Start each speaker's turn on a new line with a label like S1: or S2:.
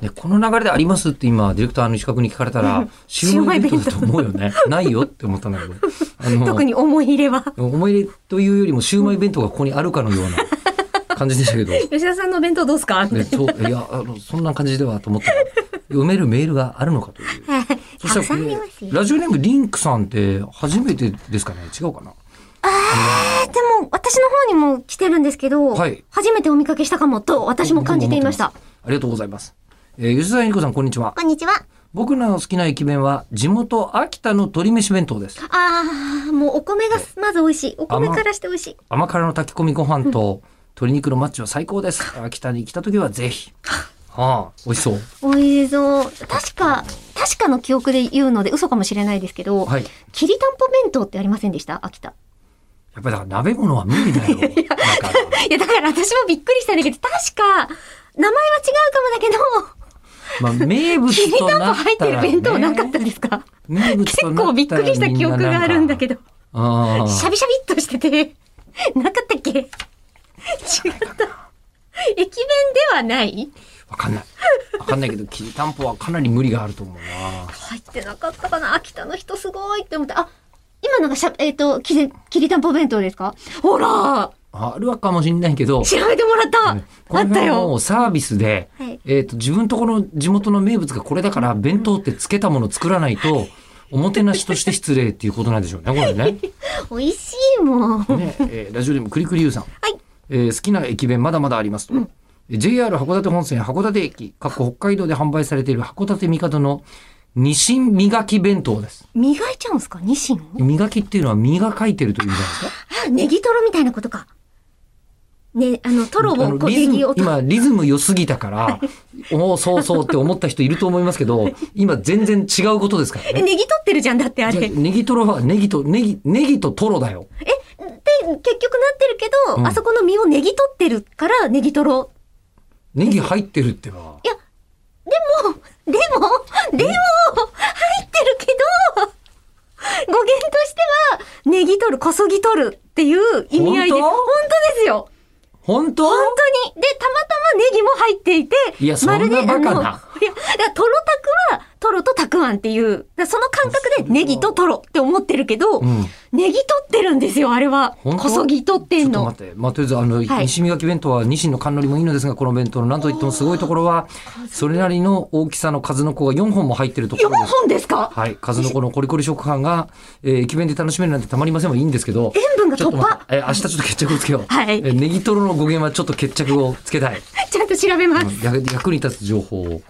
S1: でこの流れでありますって今ディレクターの石川君に聞かれたらシウマイ弁当だと思うよねないよって思ったんだけどあの
S2: 特に思い入れは。
S1: 思い入れというよりもシウマイ弁当がここにあるかのよう な感じでしたけど
S2: 吉田さんの弁当どうすかみた
S1: で
S2: いな
S1: そういやあのそんな感じではと思ったら読めるメールがあるのかという。そした
S2: た
S1: らこ
S2: くさんあ
S1: れ
S2: りますよ。
S1: ラジオネームリンクさんって初めてですかね違うかな
S2: えでも、私の方にも来てるんですけど、
S1: はい
S2: 初めてお見かけしたかもと、私も感じていました
S1: 僕。も思ってますありがとうございます。えー、吉沢由里子さんこんにちは。
S2: こんにちは。
S1: 僕らの好きな駅弁は地元秋田の鶏飯弁当です。
S2: あー、もうお米がまず美味しい。お米
S1: 甘
S2: からして美味しい。
S1: 甘辛の炊き込みご飯と鶏肉のマッチは最高 です。秋田に来た時はぜひ。はあ、美味しそう。
S2: 美味しそう。確か、確かの記憶で言うので嘘かもしれないですけど、
S1: はい。
S2: きりたんぽ弁当ってありませんでした秋田。
S1: やっぱりだから鍋物は無理 だよ。なんか
S2: いや、だから私もびっくりしたんだけど、確か、名前は違うかもだけど、
S1: まあ名物
S2: きり
S1: と
S2: たん
S1: な
S2: ぽ
S1: っ
S2: 入ったてる
S1: ら、ね、
S2: 弁当なかったですか
S1: 名物
S2: 結
S1: となったら
S2: 構びっくりした記憶があるんだけ
S1: ど。
S2: ど、
S1: あ
S2: シャビシャビっとしてて、 なかったっけ違った。駅弁ではない
S1: あ、わかんない。わかんないけど、きりたんぽはかなり無理があると思うな。
S2: 入ってなかったかな秋田の人すごいって思って、あ、今のがしゃ、えっ、と、きりきりたんぽ弁当ですかほら
S1: あるはかもしれないけど、
S2: 調べてもらった、
S1: こ
S2: あ
S1: れ
S2: った
S1: がも
S2: よ
S1: うサービスで、
S2: はい
S1: えっ、と、自分とこの地元の名物がこれだから、弁当ってつけたもの作らないと、おもてなしとして失礼っていうことなんでしょうね、これね。
S2: 美味しいもん。
S1: ね、えーラジオネームくりくりゆうさん。
S2: い
S1: えー好きな駅弁まだまだありますと。えー JR 函館本線函館駅、かっこ北海道で販売されている函館味方のニシン磨き弁当です。
S2: 磨いちゃうんすかニシンを
S1: 磨きっていうのは身が書いてるという意味じゃないですか。
S2: あ、ネギトロみたいなことか。ね、あの、トロを
S1: あの
S2: こう、
S1: リ
S2: ネ
S1: ズ
S2: ギ
S1: ム
S2: をと。
S1: 今リズム良すぎたから、おおそうそうって思った人いると思いますけ ど、今全然違うことですから
S2: え
S1: ね。
S2: ネギ取ってるじゃん、だってあれ。
S1: じ
S2: で、
S1: ゃあ
S2: 結
S1: ネギトロはネギとネギネギとトロだよ。
S2: 局なってるけど、
S1: うん
S2: あそこの実をネギ取ってるから、ネギトロ。
S1: ネギ入ってるってば。
S2: でも、でも、入ってるけど、語源としては、ネギ取る、こそぎ取るっていう意味合いで、
S1: 本当
S2: 本当ですよ。
S1: 本当？
S2: 本当に。で、たまたまネギも入っていて、
S1: いやそんな
S2: まるで
S1: バカな
S2: あのいや、だからトロタクは、トロとタクワンっていう、だからその感覚でネギとトロって思ってるけど、
S1: うん。
S2: ネギ取ってるんですよ、あれは。
S1: 本当
S2: こそぎ取って
S1: ちょ
S2: ん
S1: っと
S2: の。
S1: 待って、まあ、とりあえず、あの、
S2: はい
S1: 西磨き弁当は、ニシンの甘露煮もいいのですが、この弁当の、なんといってもすごいところは、それなりの大きさの数の子が4本も入ってるとこ
S2: 4
S1: ろです。
S2: 本ですか
S1: はい。数の子のコリコリ食感が、えー駅弁で楽しめるなんてたまりませんはいいんですけど、
S2: 塩分が
S1: ちょっ
S2: 突
S1: と待っ
S2: 破。
S1: て、えー明日ちょっと決着をつけよう。
S2: はい
S1: えーネギトロの語源はちょっと決着をつけたい。
S2: ちゃんと調べます。
S1: や役に立つ情報を。